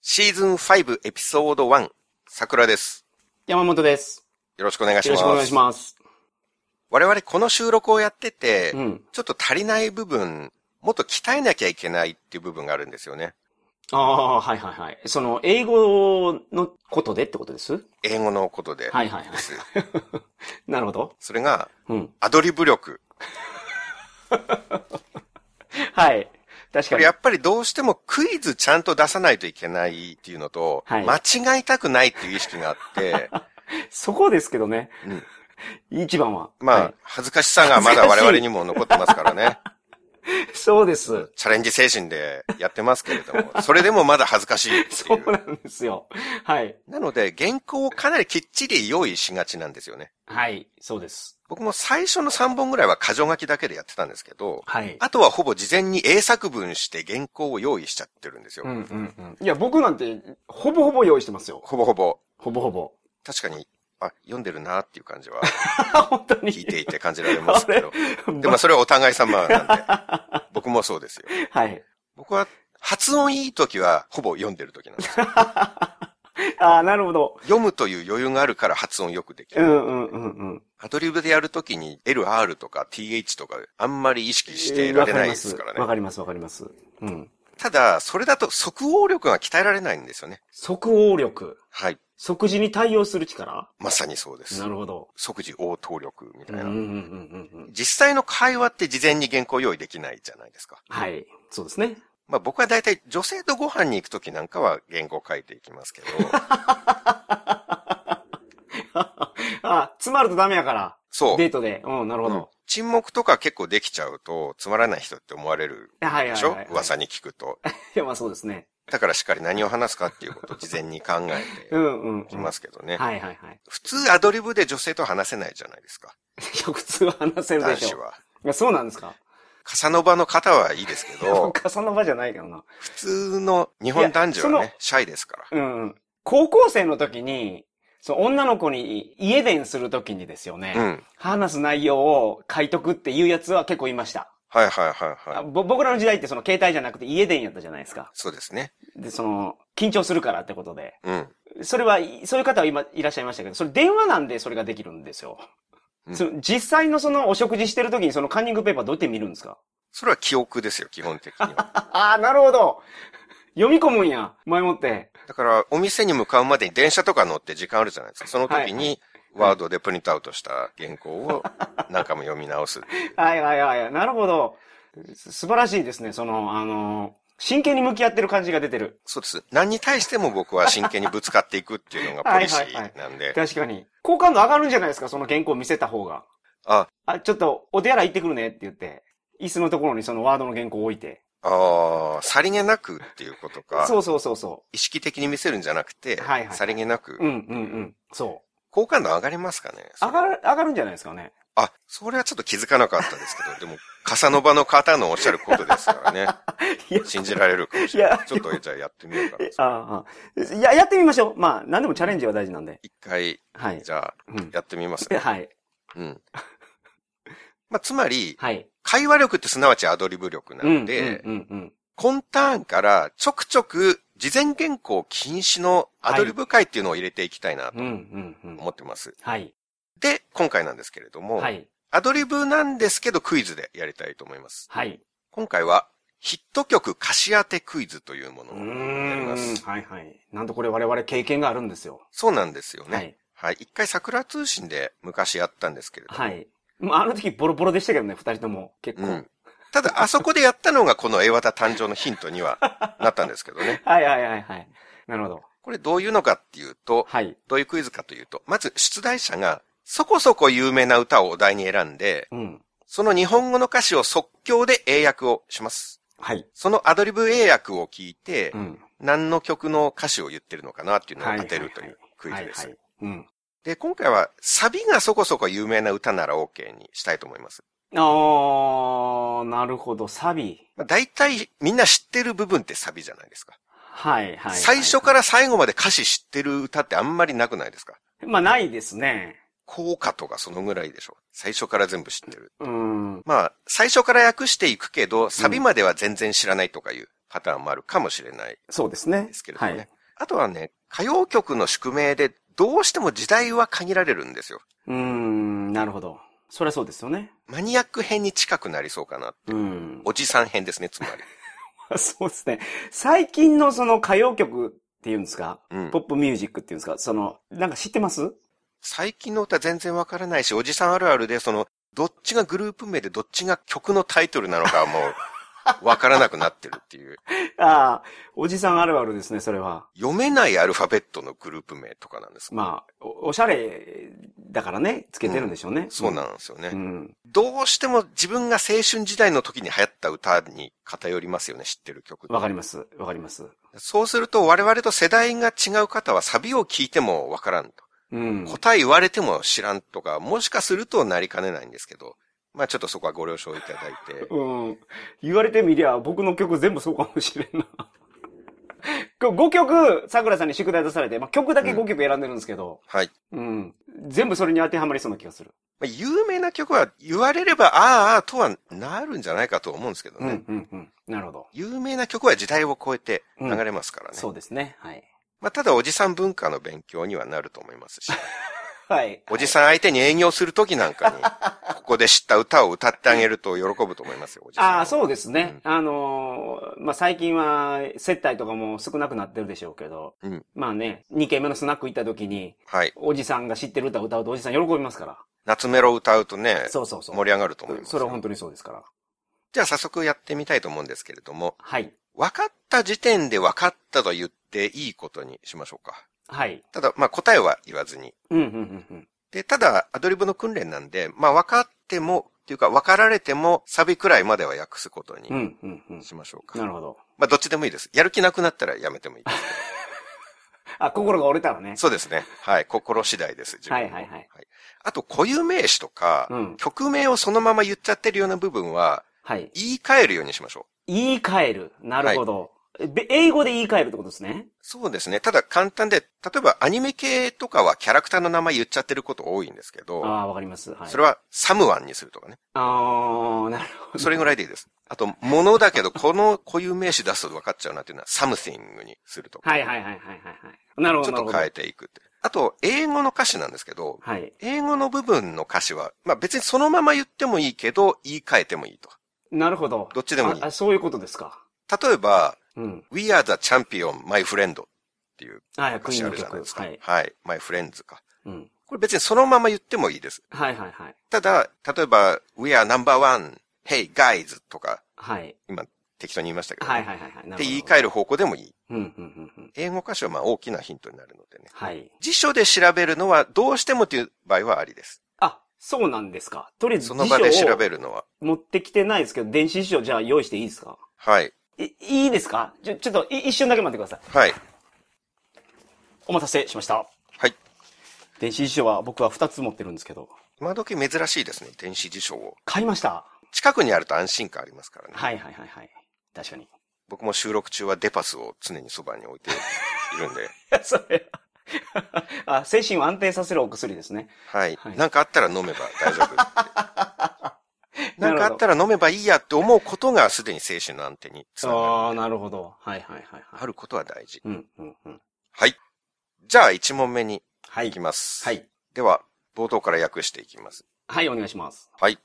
シーズン5エピソード1、桜です。山本です。よろしくお願いしよまろしす。くお願いします。我々この収録をやってて、うん。ちょっと足りない部分、もっと鍛えなきゃいけないっていう部分があるんですよね。ああ、はいはいはい。その、英語のことでってことですはい英語のことで。はいはい。 なるほど。それが、 うん。アドリブ力。はい。確こかれにや。っぱりどうしてもクイズちゃんと出さないといけないっていうのと、はい間違いたくないっていう意識があ って、そこですけどね。一番は。まあ、はい恥ずかしさがまだ我々にも残ってますからね。そうです。チャレンジ精神でやってますけれども、それでもまだ恥ずかしいって そいうう。なんですよ。はい。なので、原稿をかなりきっちり用意しがちなんですよね。はい。そうです。僕も最初の3本ぐらいは箇条書きだけでやってたんですけど、はい。あとはほぼ事前に英作文して原稿を用意しちゃってるんですよ。うんうんうん。いや、僕なんて、ほぼほぼ用意してますよ。ほぼほぼ、ほぼほぼ。 確かに、あ、読んでるなっていう感じは、あ、本当に。聞いていて感じられます けど。でもまそれはお互い様なんで、僕もそうですよ。はい。僕は、発音いい時は、ほぼ読んでる時なんです。ああ、なるほど。読むという余裕があるから発音よくできうる。んうんうんうん。アドリブでやるときに LR とか TH とかあんまり意識してられないですからわね。かります、わかります。わかりますうん。ただ、それだと即応力が鍛えられないんですよね。即応力。はい。即時に対応する力まさにそうですな。るほど。即時応答力みたういんうな。んうんうんうん。実際の会話って事前に原稿用意できないじゃないですか。はい。そうですね。まあ僕は大体女性とご飯に行くときなんかは原稿書いていきますけ ど、あ、詰まるとダメやから。そう。デートで。うん、なるほうんど。沈黙とか結構できちゃうとつまらない人って思われるはいはいはい。でしょ噂に聞くと。いや、まあそうですね。だからしっかり何を話すかっていうことを事前に考えうてんうんうん。いきますけどね。はいはい はい。普通アドリブで女性と話せないじゃないですか。いや、普通は話せるで男子しょ。は。いや、そうなんですか。カサノバの方はいいですけど、僕はその場じゃないけどな。普通の日本男女いはやそね、シャイですから。うんうん。高校生の時に、その女の子に家電する時にですよね。うん。話す内容を書いとくっていうやつは結構いました。はいはいはいあはい。ぼ僕らの時代ってその携帯じゃなくて家電やったじゃないですか。そうですね。で、その、緊張するからってことで。うん。それは、いそういう方は今いらっしゃいましたけど、それ電話なんでそれができるんですよ。うんその実際のそのお食事してる時にそのカンニングペーパーどうやって見るんですか それは記憶ですよ、基本的には。ああ、なるほど読み込むんや前もって。だから、お店に向かうまでに電車とか乗って時間あるじゃないですか。その時に、ワードでプリントアウトした原稿を何回も読み直す。はいはいはい。なるほど。す素晴らしいですね。その、あのー真剣に向き合ってる感じが出てる。そうです。何に対しても僕は真剣にぶつかっていくっていうのがポリシーなんで。確かに。好感度上がるんじゃないですかその原稿見せた方が。あ、あ、ちょっと、お手洗い行ってくるねって言って、椅子のところにそのワードの原稿を置いて。ああ、さりげなくっていうことか。そうそうそうそ意識的に見せるんじゃなくて、はいはいさりげなくう。う、んうんうん。そ好感度上がりますかねう。上がる、上がるんじゃないですかね。あ、それはちょっと気づかなかったですけど、でも、カサノバの方のおっしゃることですからね。いや信じられるかもしれないい。やちょっと、じゃあやってみようかな。ああ、ああいや、やってみましょう。まあ、何でもチャレンジは大事なんで。一回、はい。じゃあ、うんやってみますでね。はい。うん。まあ、つまり、はい。会話力ってすなわちアドリブ力なうん。うんんで、うんうん。コンターンからちょくちょく事前原稿禁止のアドリブ会っていうのを入れていきたいなとうんうんうん。思ってます。はい。で、今回なんですけれども、はい。アドリブなんですけどクイズでやりたいと思います。はい。今回はヒット曲歌詞当てクイズというものうをーやりん。ます。はいはい。なんとこれ我々経験があるんですよ。そうなんですよね。ははい。い。一回桜通信で昔やったんですけれども。はい。まあ、あの時ボロボロでしたけどね、二人とも。結構。うん。ただ、あそこでやったのがこの絵和田誕生のヒントにはなったんですけど ね。はいはいはいはい。なるほど。これどういうのかっていうと、はい。どういうクイズかというと、まず出題者がそこそこ有名な歌をお題に選んで、うん。その日本語の歌詞を即興で英訳をします。はい。そのアドリブ英訳を聞いて、うん。何の曲の歌詞を言ってるのかなっていうのを当てるとはいいうはクイズです。はいはい。うん。で、今回はサビがそこそこ有名な歌なら OK にしたいと思います。あー、なるほど。サビ。まあ、大体みんな知ってる部分ってサビじゃないですか。はいはい、はい。最初から最後まで歌詞知ってる歌ってあんまりなくないですかまあ、ないですね。効果とかそのぐらいでしょ。最初から全部知ってる。うーん。まあ、最初から訳していくけど、サビまでは全然知らないとかいうパターンもあるかもしれないそうですね。ですけれどもね。はい。あとはね、歌謡曲の宿命でどうしても時代は限られるんですよ。うーん、なるほど。そりゃそうですよね。マニアック編に近くなりそうかな。うん。 おじさん編ですね、つまり。そうですね。最近のその歌謡曲っていうんですか、うんポップミュージックっていうんですかその、なんか知ってます最近の歌全然わからないし、おじさんあるあるで、その、どっちがグループ名でどっちが曲のタイトルなのかもう、わからなくなってるっていう。 ああ、おじさんあるあるですね、それは。読めないアルファベットのグループ名とかなんです。まあ、おおしゃれだからね、つけてるんでしょうね。そうなんですようね。ん。どうしても自分が青春時代の時に流行った歌に偏りますよね、知ってる曲ってわかります。わかります。そうすると我々と世代が違う方はサビを聞いてもわからんと。うん。。答え言われても知らんとか、もしかするとなりかねないんですけど、まあちょっとそこはご了承いただいてうん。言われてみりゃ、僕の曲全部そうかもしれんな。5曲、桜さんに宿題出されて、まあ、曲だけ5曲選んでるんですけど、はい。うん。全部それに当てはまりそうな気がする。まあ有名な曲は言われれば、ああ、ああとはなるんじゃないかと思うんですけどうね。ん、うん、うん。なるほど。有名な曲は時代を超えて流れますからね。そうですね。はい。まあただおじさん文化の勉強にはなると思いますし、 はい。おじさん相手に営業するときなんか に、ここで知った歌を歌ってあげると喜ぶと思いますよ、おじさんは。ああ、そうですね。あのーまあ、最近は接待とかも少なくなってるでしょうけど、うんまあね、2軒目のスナック行った時に、はい。おじさんが知ってる歌を歌うとおじさん喜びますから。夏メロ歌うとね、そうそうそう。盛り上がると思いますよ。それは本当にそうですから。じゃあ早速やってみたいと思うんですけれども、はい。分かった時点で分かったと言っていいことにしましょうか。はい。ただ、まあ答えは言わずに。うん、うん、うん、うん。で、ただ、アドリブの訓練なんで、まあ分かっても、っていうか分かられても、サビくらいまでは訳すことうにん、うん、うん。しましょうか。なるほど。まあどっちでもいいです。やる気なくなったらやめてもいいです。あ、心が折れたらね。そうですね。はい。心次第です。自分のはいはいはい。あと、固有名詞とか、うん曲名をそのまま言っちゃってるような部分は、はい。言い換えるようにしましょう。言い換える。なるほど。えべ英語で言い換えるってことですね。そうですね。ただ簡単で、例えばアニメ系とかはキャラクターの名前言っちゃってること多いんですけあど、あ、わかります。はい。それはサムワンにするとかね。ああ、なるほど。それぐらいでいいです。あと、ものだけど、この固有名詞出すと分かっちゃうなっていうのは、サムシングにするとか。はいはいはいはいはいはい。なるほちど、ょっなとるほど。変えていくって。あと、英語の歌詞なんですけど、はい。英語の部分の歌詞は、まあ別にそのまま言ってもいいけど、言い換えてもいいと。なるほど。どっちでもいいああそういうことですか。例えば、うん。 We are the champion, my friend っていうああ、歌クイ詞ーあンのるじゃない曲。ですか。はい。はい、my friends か。うん。これ別にそのまま言ってもいいです。はいはいはい。ただ、例えば、we are number one, hey guys とか、はい。今適当に言いましたけど、はいはいはいはい。なるほどって言い換える方向でもいい。うんうんうんうん。英語歌詞はまあ大きなヒントになるのでね。はい。辞書で調べるのはどうしてもという場合はありです。あ、そうなんですか。とりあえずその場で辞書を調べるのは。持ってきてないですけど、電子辞書じゃあ用意していいですかはい。い、いいですかちょ、ちょっとい一瞬だけ待ってください。はい。お待たせしました。はい。電子辞書は僕は2つ持ってるんですけど。今時珍しいですね。電子辞書を。買いました。近くにあると安心感ありますからね。はいはいはいはい。確かに。 僕も収録中はデパスを常にそばに置いているん で。それはあ、精神を安定させるお薬ですね。はいは。いなんかあったら飲めば大 丈夫って。なんかあったら。ら飲めばいいやって思うことがすでに精神の安定につながる。ああ、なるほど。はいはいはいはあい。ることは大事。うんうんうん。はい。じゃあ1問目には行いき。ます。は。い。では、冒頭から訳していきます。はい、お願いします。はい。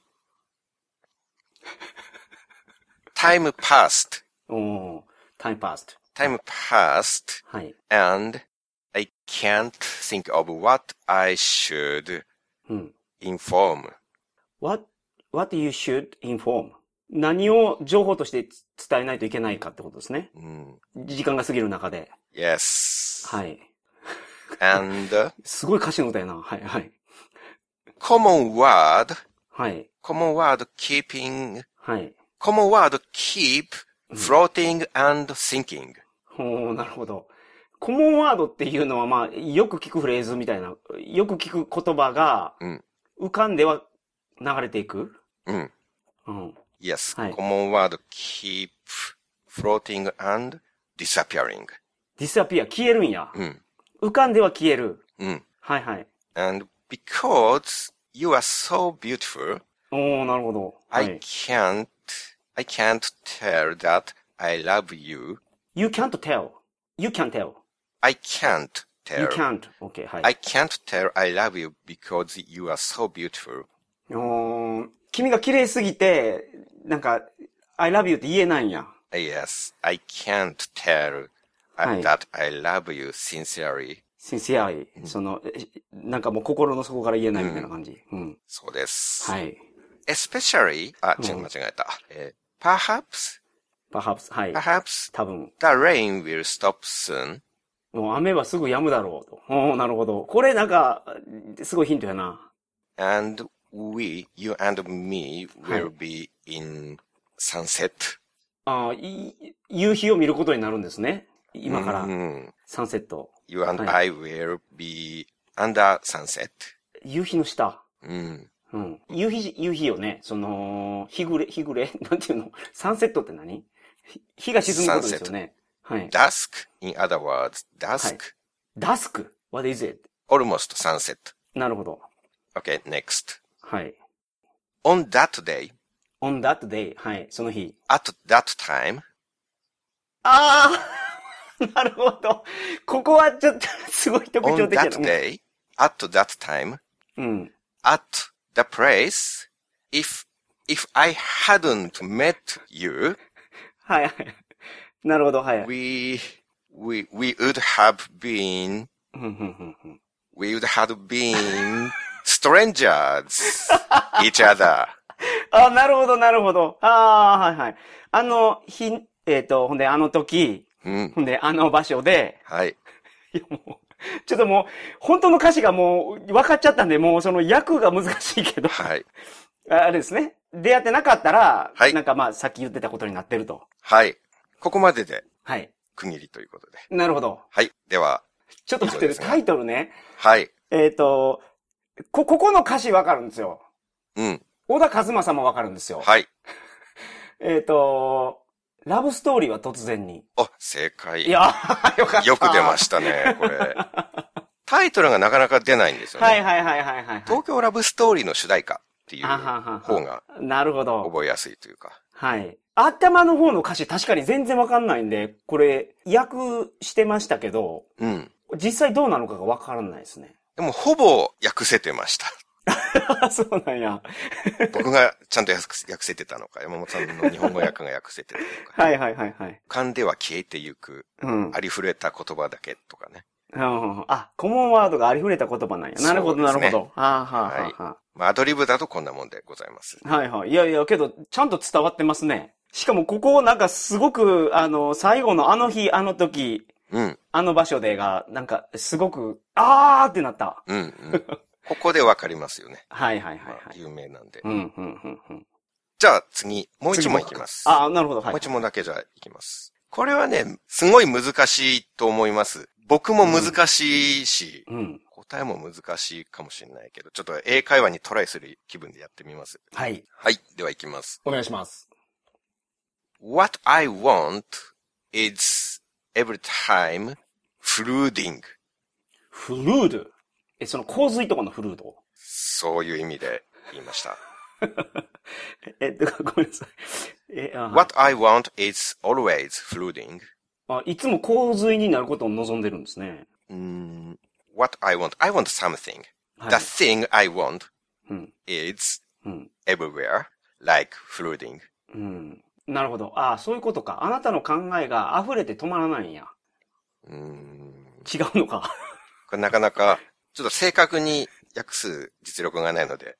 time passed, おおタイムパース time passed, ト。はい。 and I can't think of what I should うん。 inform. what, what you should inform. 何を情報としてつ伝えないといけないかってことですね。うん、時間が過ぎる中で。 yes. はい。 and すごい歌詞の歌やな。はいはい。 common word, はい。 common word keeping はい。 common word keep, floating and thinking. おーなるほど。コモンワードっていうのは、まあ、よく聞くフレーズみたいな、よく聞く言葉がうん、浮かんでは流れていく。うん。うん。 Yes. はい Common word keep, floating and disappearing. disappear 消えるんや。うん。浮かんでは消える。うん。はいはい。mm. And because you are so beautiful, おーなるほど。は I い。 can't, I can't tell that I love you. You can't tell. You can tell. I can't tell. You can't. OK, はい。 I can't tell I love you because you are so beautiful. おー君が綺麗すぎて、なんか、I love you って言えないんや。 Yes, I can't tell I- はい that I love you sincerely. 先生愛。その、えなんかもう心の底から言えないみたいな感じ。うん。そうです。はい。 Especially, ah, あ、Mm. 違う、間違えた。えー Eh, perhaps, perhaps, はい。 perhaps 多分。 the rain will stop soon. もう雨はすぐ止むだろうと。おーなるほど。これなんか、すごいヒントやな。 And we, you and me はい will be in sunset. ああ、い夕日を見ることになるんですね。今からう、んサンセット。Mm. You and は I will be under sunset. Mm. 夕日の下。うん。うん。夕日、夕日よね。その、日暮れ、日暮れ なんていうのサンセットって何ひ日が沈むことですよね。はい。 dusk, in other words, dusk, ダスク ?What is it? almost sunset. なるほど。 Okay, next. はい。 On that day, on that day. はい。その日。 at that time, ああ なるほど。ここはちょっと、すごい特 on 徴的な that day, at that time, うん。 at the place, if, if I hadn't met you, はいはい。なるほど、はい。うん we, we, we would have been, うんうんうん we would have been strangers, each other. あ、なるほど、なるほど。ああ、はいはい。あの、ひん、えっ、と、ほんで、あの時、うん。ほんで、あの場所で、はい。いやもう、ちょっともう、本当の歌詞がもう、分かっちゃったんで、もう、その、訳が難しいけど、 はい。ああれですね。出会ってなかったら、はいなんかまあ、さっき言ってたことになってると。はい。ここまでではい。区切りということで。なるほど。はい。では、ちょっと待そっうて、ですねタイトルね。はい。えっ、と、こ、ここの歌詞わかるんですよ。うん。小田和正もわかるんですよ。はい。えっ、と、ラブストーリーは突然に。あ、正解。いや ー、よかった。よく出まししたね、これ。タイトルがなかなか出ないんですよね。はいはいはいはいはい。東京ラブストーリーの主題歌っていうあはは方がなるほど。覚えやすいというか。はい。頭の方の歌詞確かに全然わかんないんで、これ、訳してましたけど、うん。実際どうなのかがわからないですね。 でも、ほぼ訳せてました。あそうなんや。僕がちゃんと訳せ訳せてたのか、山本さんの日本語訳が訳せてたのか。はいはいはいはい。勘では消えてゆく、うん。ありふれた言葉だけとかね。うんあ、コモンワードがありふれた言葉なんや。なるそほどうでなするねほど。あーはーはーはーまあ、アドリブだとこんなもんでございます。はいはい。いやいや、けど、ちゃんと伝わってますね。しかも、ここ、なんか、すごく、あの、最後のあの日、あの時、うん、あの場所でが、なんか、すごく、あーってなった。うん、 うん。ここでわかりますよね。はいはいはいまあはい。有名なんでう。ん、うん、うん、うん。じゃあ次、もう一問いきます。あーなるほど、はい。もう一問だけじゃあいきます。これはね、すごい難しいと思います。僕も難しいし、うん。答えも難しいかもしれないけど、ちょっと英会話にトライする気分でやってみます。はい。はい、ではいきます。お願いします。 What I want is every time flooding. フルード。え、その、洪水とかのフルード。そういう意味で言いました。え、てか、ごめんなさい。え、あー What I want is always flooding. あ、いつも洪水になることを望んでるんですね。 Mm, what I want, I want something. はい The thing I want うん。 is うん。 everywhere, like flooding. うん。なるほど。ああ、そういうことか。あなたの考えが溢れて止まらないんや。うーん違うのか。 これなかなか、ちょっと正確に訳す実力がないので、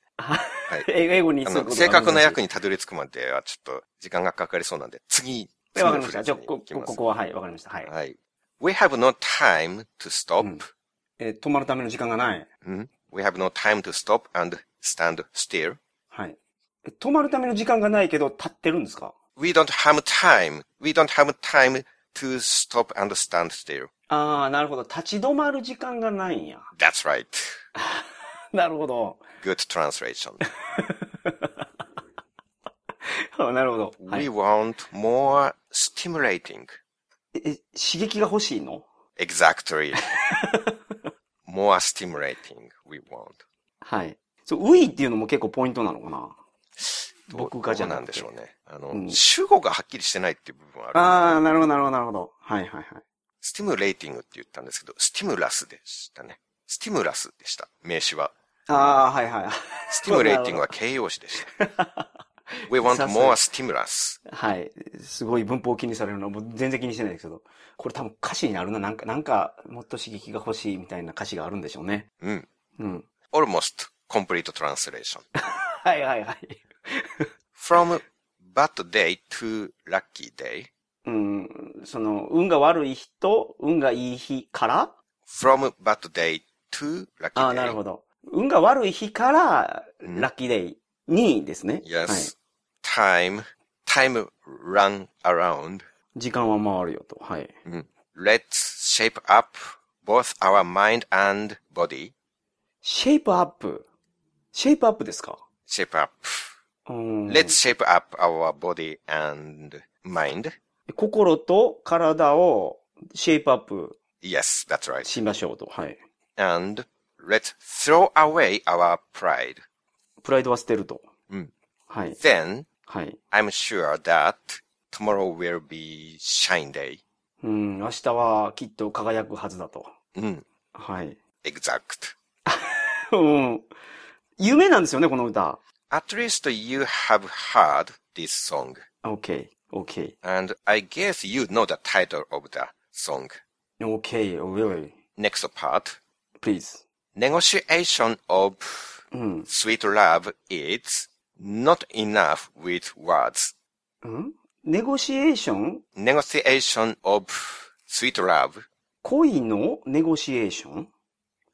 英語にあするの、こと正確な訳に。にたどり着くまではちょっと時間がかかりそうなんで、次、え次わかのりまフしレーズた。じゃあ、に行こ、きこますこ。は、はい、わかりました。はい。はい。We have no time to う stop. んえー止まるための時間がない。うん、We have no time to stop and stand still. はい。え止まるための時間がないけど、立ってるんですか We don't have time. We don't have time to stop and stand still. ああ、なるほど。立ち止まる時間がないんや。 That's right. なるほど。 Good translation. あなるほど。はい We。want more stimulating. ええ刺激が欲しいの Exactly. More stimulating we want. はい。そう、ウィーっていうのも結構ポイントなのかなどう僕がじゃどうななくんてでしょうね。あの、うん主語がはっきりしてないっていう部分はある。ああ、なるほど、なるほど、なるほど。はいはいはい。スティムレーティングって言ったんですけど、スティムラスでしたね。スティムラスでした。名詞は。ああ、はいはい。スティムレーティングは形容詞でした。We want さす more stimulus. はい。すごい文法を気にされるのはもう全然気にしてないですけど。これ多分歌詞になるな。なんか、なんか、もっと刺激が欲しいみたいな歌詞があるんでしょうね。うん。うん。 almost complete translation. はいはいはい。 from bad day to lucky day. うん。その、運が悪い日と、運がいい日から from bad day to lucky day. ああ、なるほど。運が悪い日から、うんラッキーデイにですね。はい Yes.、time, time run around. Mm. 時間は回るよと。はい。 Let's shape up both our mind and body. シェイプアップ。シェイプアップですか Shape up. うーん Let's shape up our body and mind. 心と体をシェイプアップ Yes, that's right. しましょうと。はい。 And let's throw away our pride. プライドは捨てると。うんはい。 Then はい。 I'm sure that tomorrow will be shine day. うん、明日はきっと輝くはずだと。うん。はい。Hmm, Exact. うん。有名なんですよね、この歌。 At least you have heard this song. OK, OK, And I guess you know the title of the song. OK, really, Next part. please. Negotiation of うん。 sweet love is not enough with words. うんネゴシエーション Negotiation of sweet love. 恋のネゴシエーション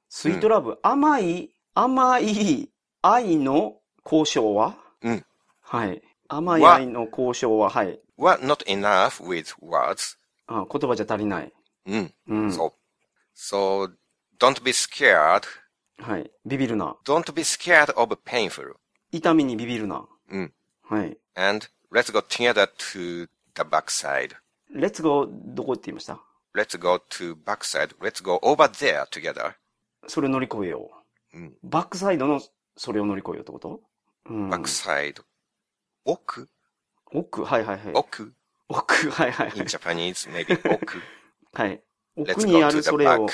スイートラブ、甘い、甘い愛の交渉はうん。はい。甘いは愛の交渉は、はい。 were not enough with words. あ言葉じゃ足りない。 Mm. うん。 So, so don't be scared. はい。ビビるな。 Don't be scared of painful. 痛みにビビるな。うん。はい。 And let's go together to the backside. Let's go どこって言いました Let's go to backside. Let's go over there together. それ乗り越えよう。うんバックサイドのそれを乗り越えようってことうん。 Backside. Oku. 奥、はいはいはい。 Oku. 奥、はいはいは In い。 Japanese, maybe oku. はい。 Let's 奥に go あ to る the それを back.。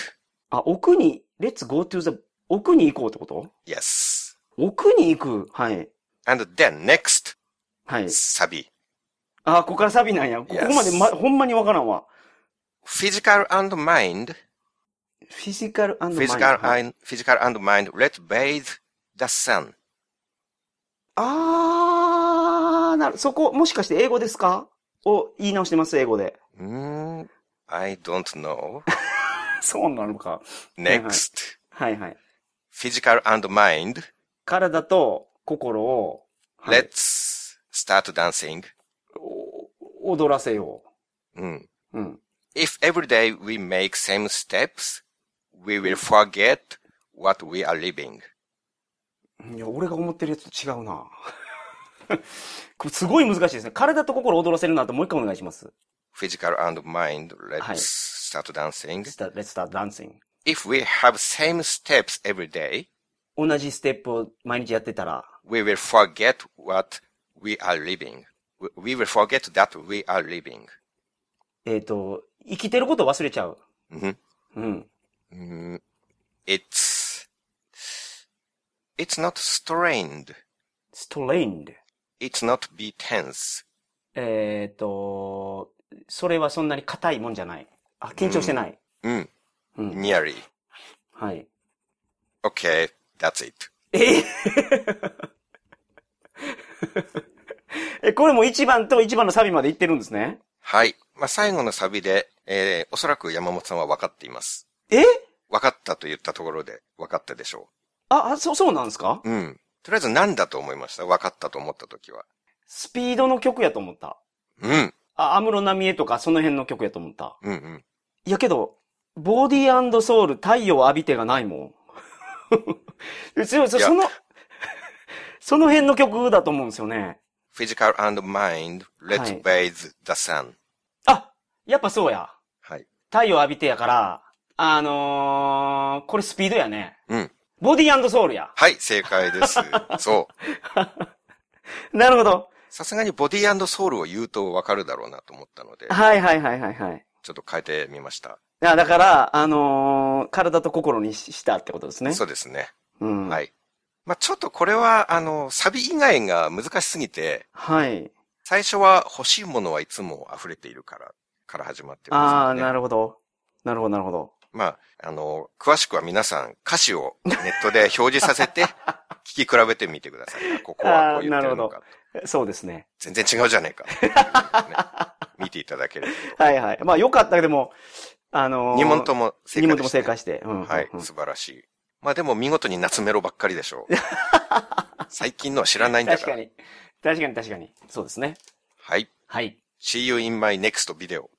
あ、奥に、Let's go to the, 奥に行こうってこと Yes. 奥に行く。はい。 And then next, はい。 sabi. あ、ここからサビなんや。ここまでま、ほんまにわからんわ。 Physical and mind. フィジカル and Physical mind はい and physical and mind. Let's bathe the sun. あー、なる、そこ、もしかして英語ですかを言い直してます、英語で。 Mm, I don't know. Uh-huh. そうなのか。 Next, はいはい。 physical and mind. 体と心を、はい Let's start dancing. お踊らせよ Mm. う。うん。 If every day we make same steps, we will forget what we are living. いや、俺が思ってるやつと違うな。 これすごい難しいですね。体と心を踊らせるなともう一回お願いします。 Physical and mind. Let's Hi. start dancing. Let's start, let's start dancing. If we have same steps every day, 同じステップを毎日やってたら、 we will forget what we are living. We- We will forget that we are living. えっ、と、生きてることを忘れちゃう。 Mhm. うん。 Mm, it's it's not strained. strained. It's not be tense. えっ、と、それはそんなに硬いもんじゃない。あ、緊張してない。 Mm, うん。 nearly. はい。 Okay, that's it. え え、これも1番と1番のサビまでいってるんですね。はい。まあ、最後のサビで、えーおそらく山本さんは分かっています。え分かったと言ったところで分かったでしょあ、あそう、そうなんですかう。うん。とりあえず何だと思いました分かったと思った時は。スピードの曲やと思った。うん。あ、安室奈美恵とかその辺の曲やと思った。うんうん。いやけど、ボディーソウル、太陽浴びてがないもん。 そそいやその、その辺の曲だと思うんですよね。 physical and mind, let's はい bathe the sun. あ、やっぱそうや。はい。太陽浴びてやから、あのー、これスピードやね。うん。 ボディーソウルや。はい、正解です。そう。なるほど。さすがにボディソウルを言うとわかるだろうなと思ったので、はいはいはいはいはい。ちょっと変えてみました。いやだから、あのー体と心にししたってことですね。そうですね。うん。。はいい。まあ、ちょっとこれは、あの、サビ以外が難しすぎて、はい。最初は欲しいものはいつも溢れているから、から始まってます、ね。ああ、なるほど。なるほど、なるほど。まあ、あの、詳しくは皆さん歌詞をネットで表示させ て、聞き比べてみてください。ここはこう言ってるのか。そうですね。全然違うじゃねえかっていうのを ね。見ていただければと。はいはい。まあよかったけども、あのー、二問とも正解でしたね二問とも正解して。うん。はい、うん素晴らしい。まあでも見事に夏メロばっかりでしょ う。最近のは知らないんだ確か。からに。確かに確かに。そうですね。はい。はい。 See you in my next video.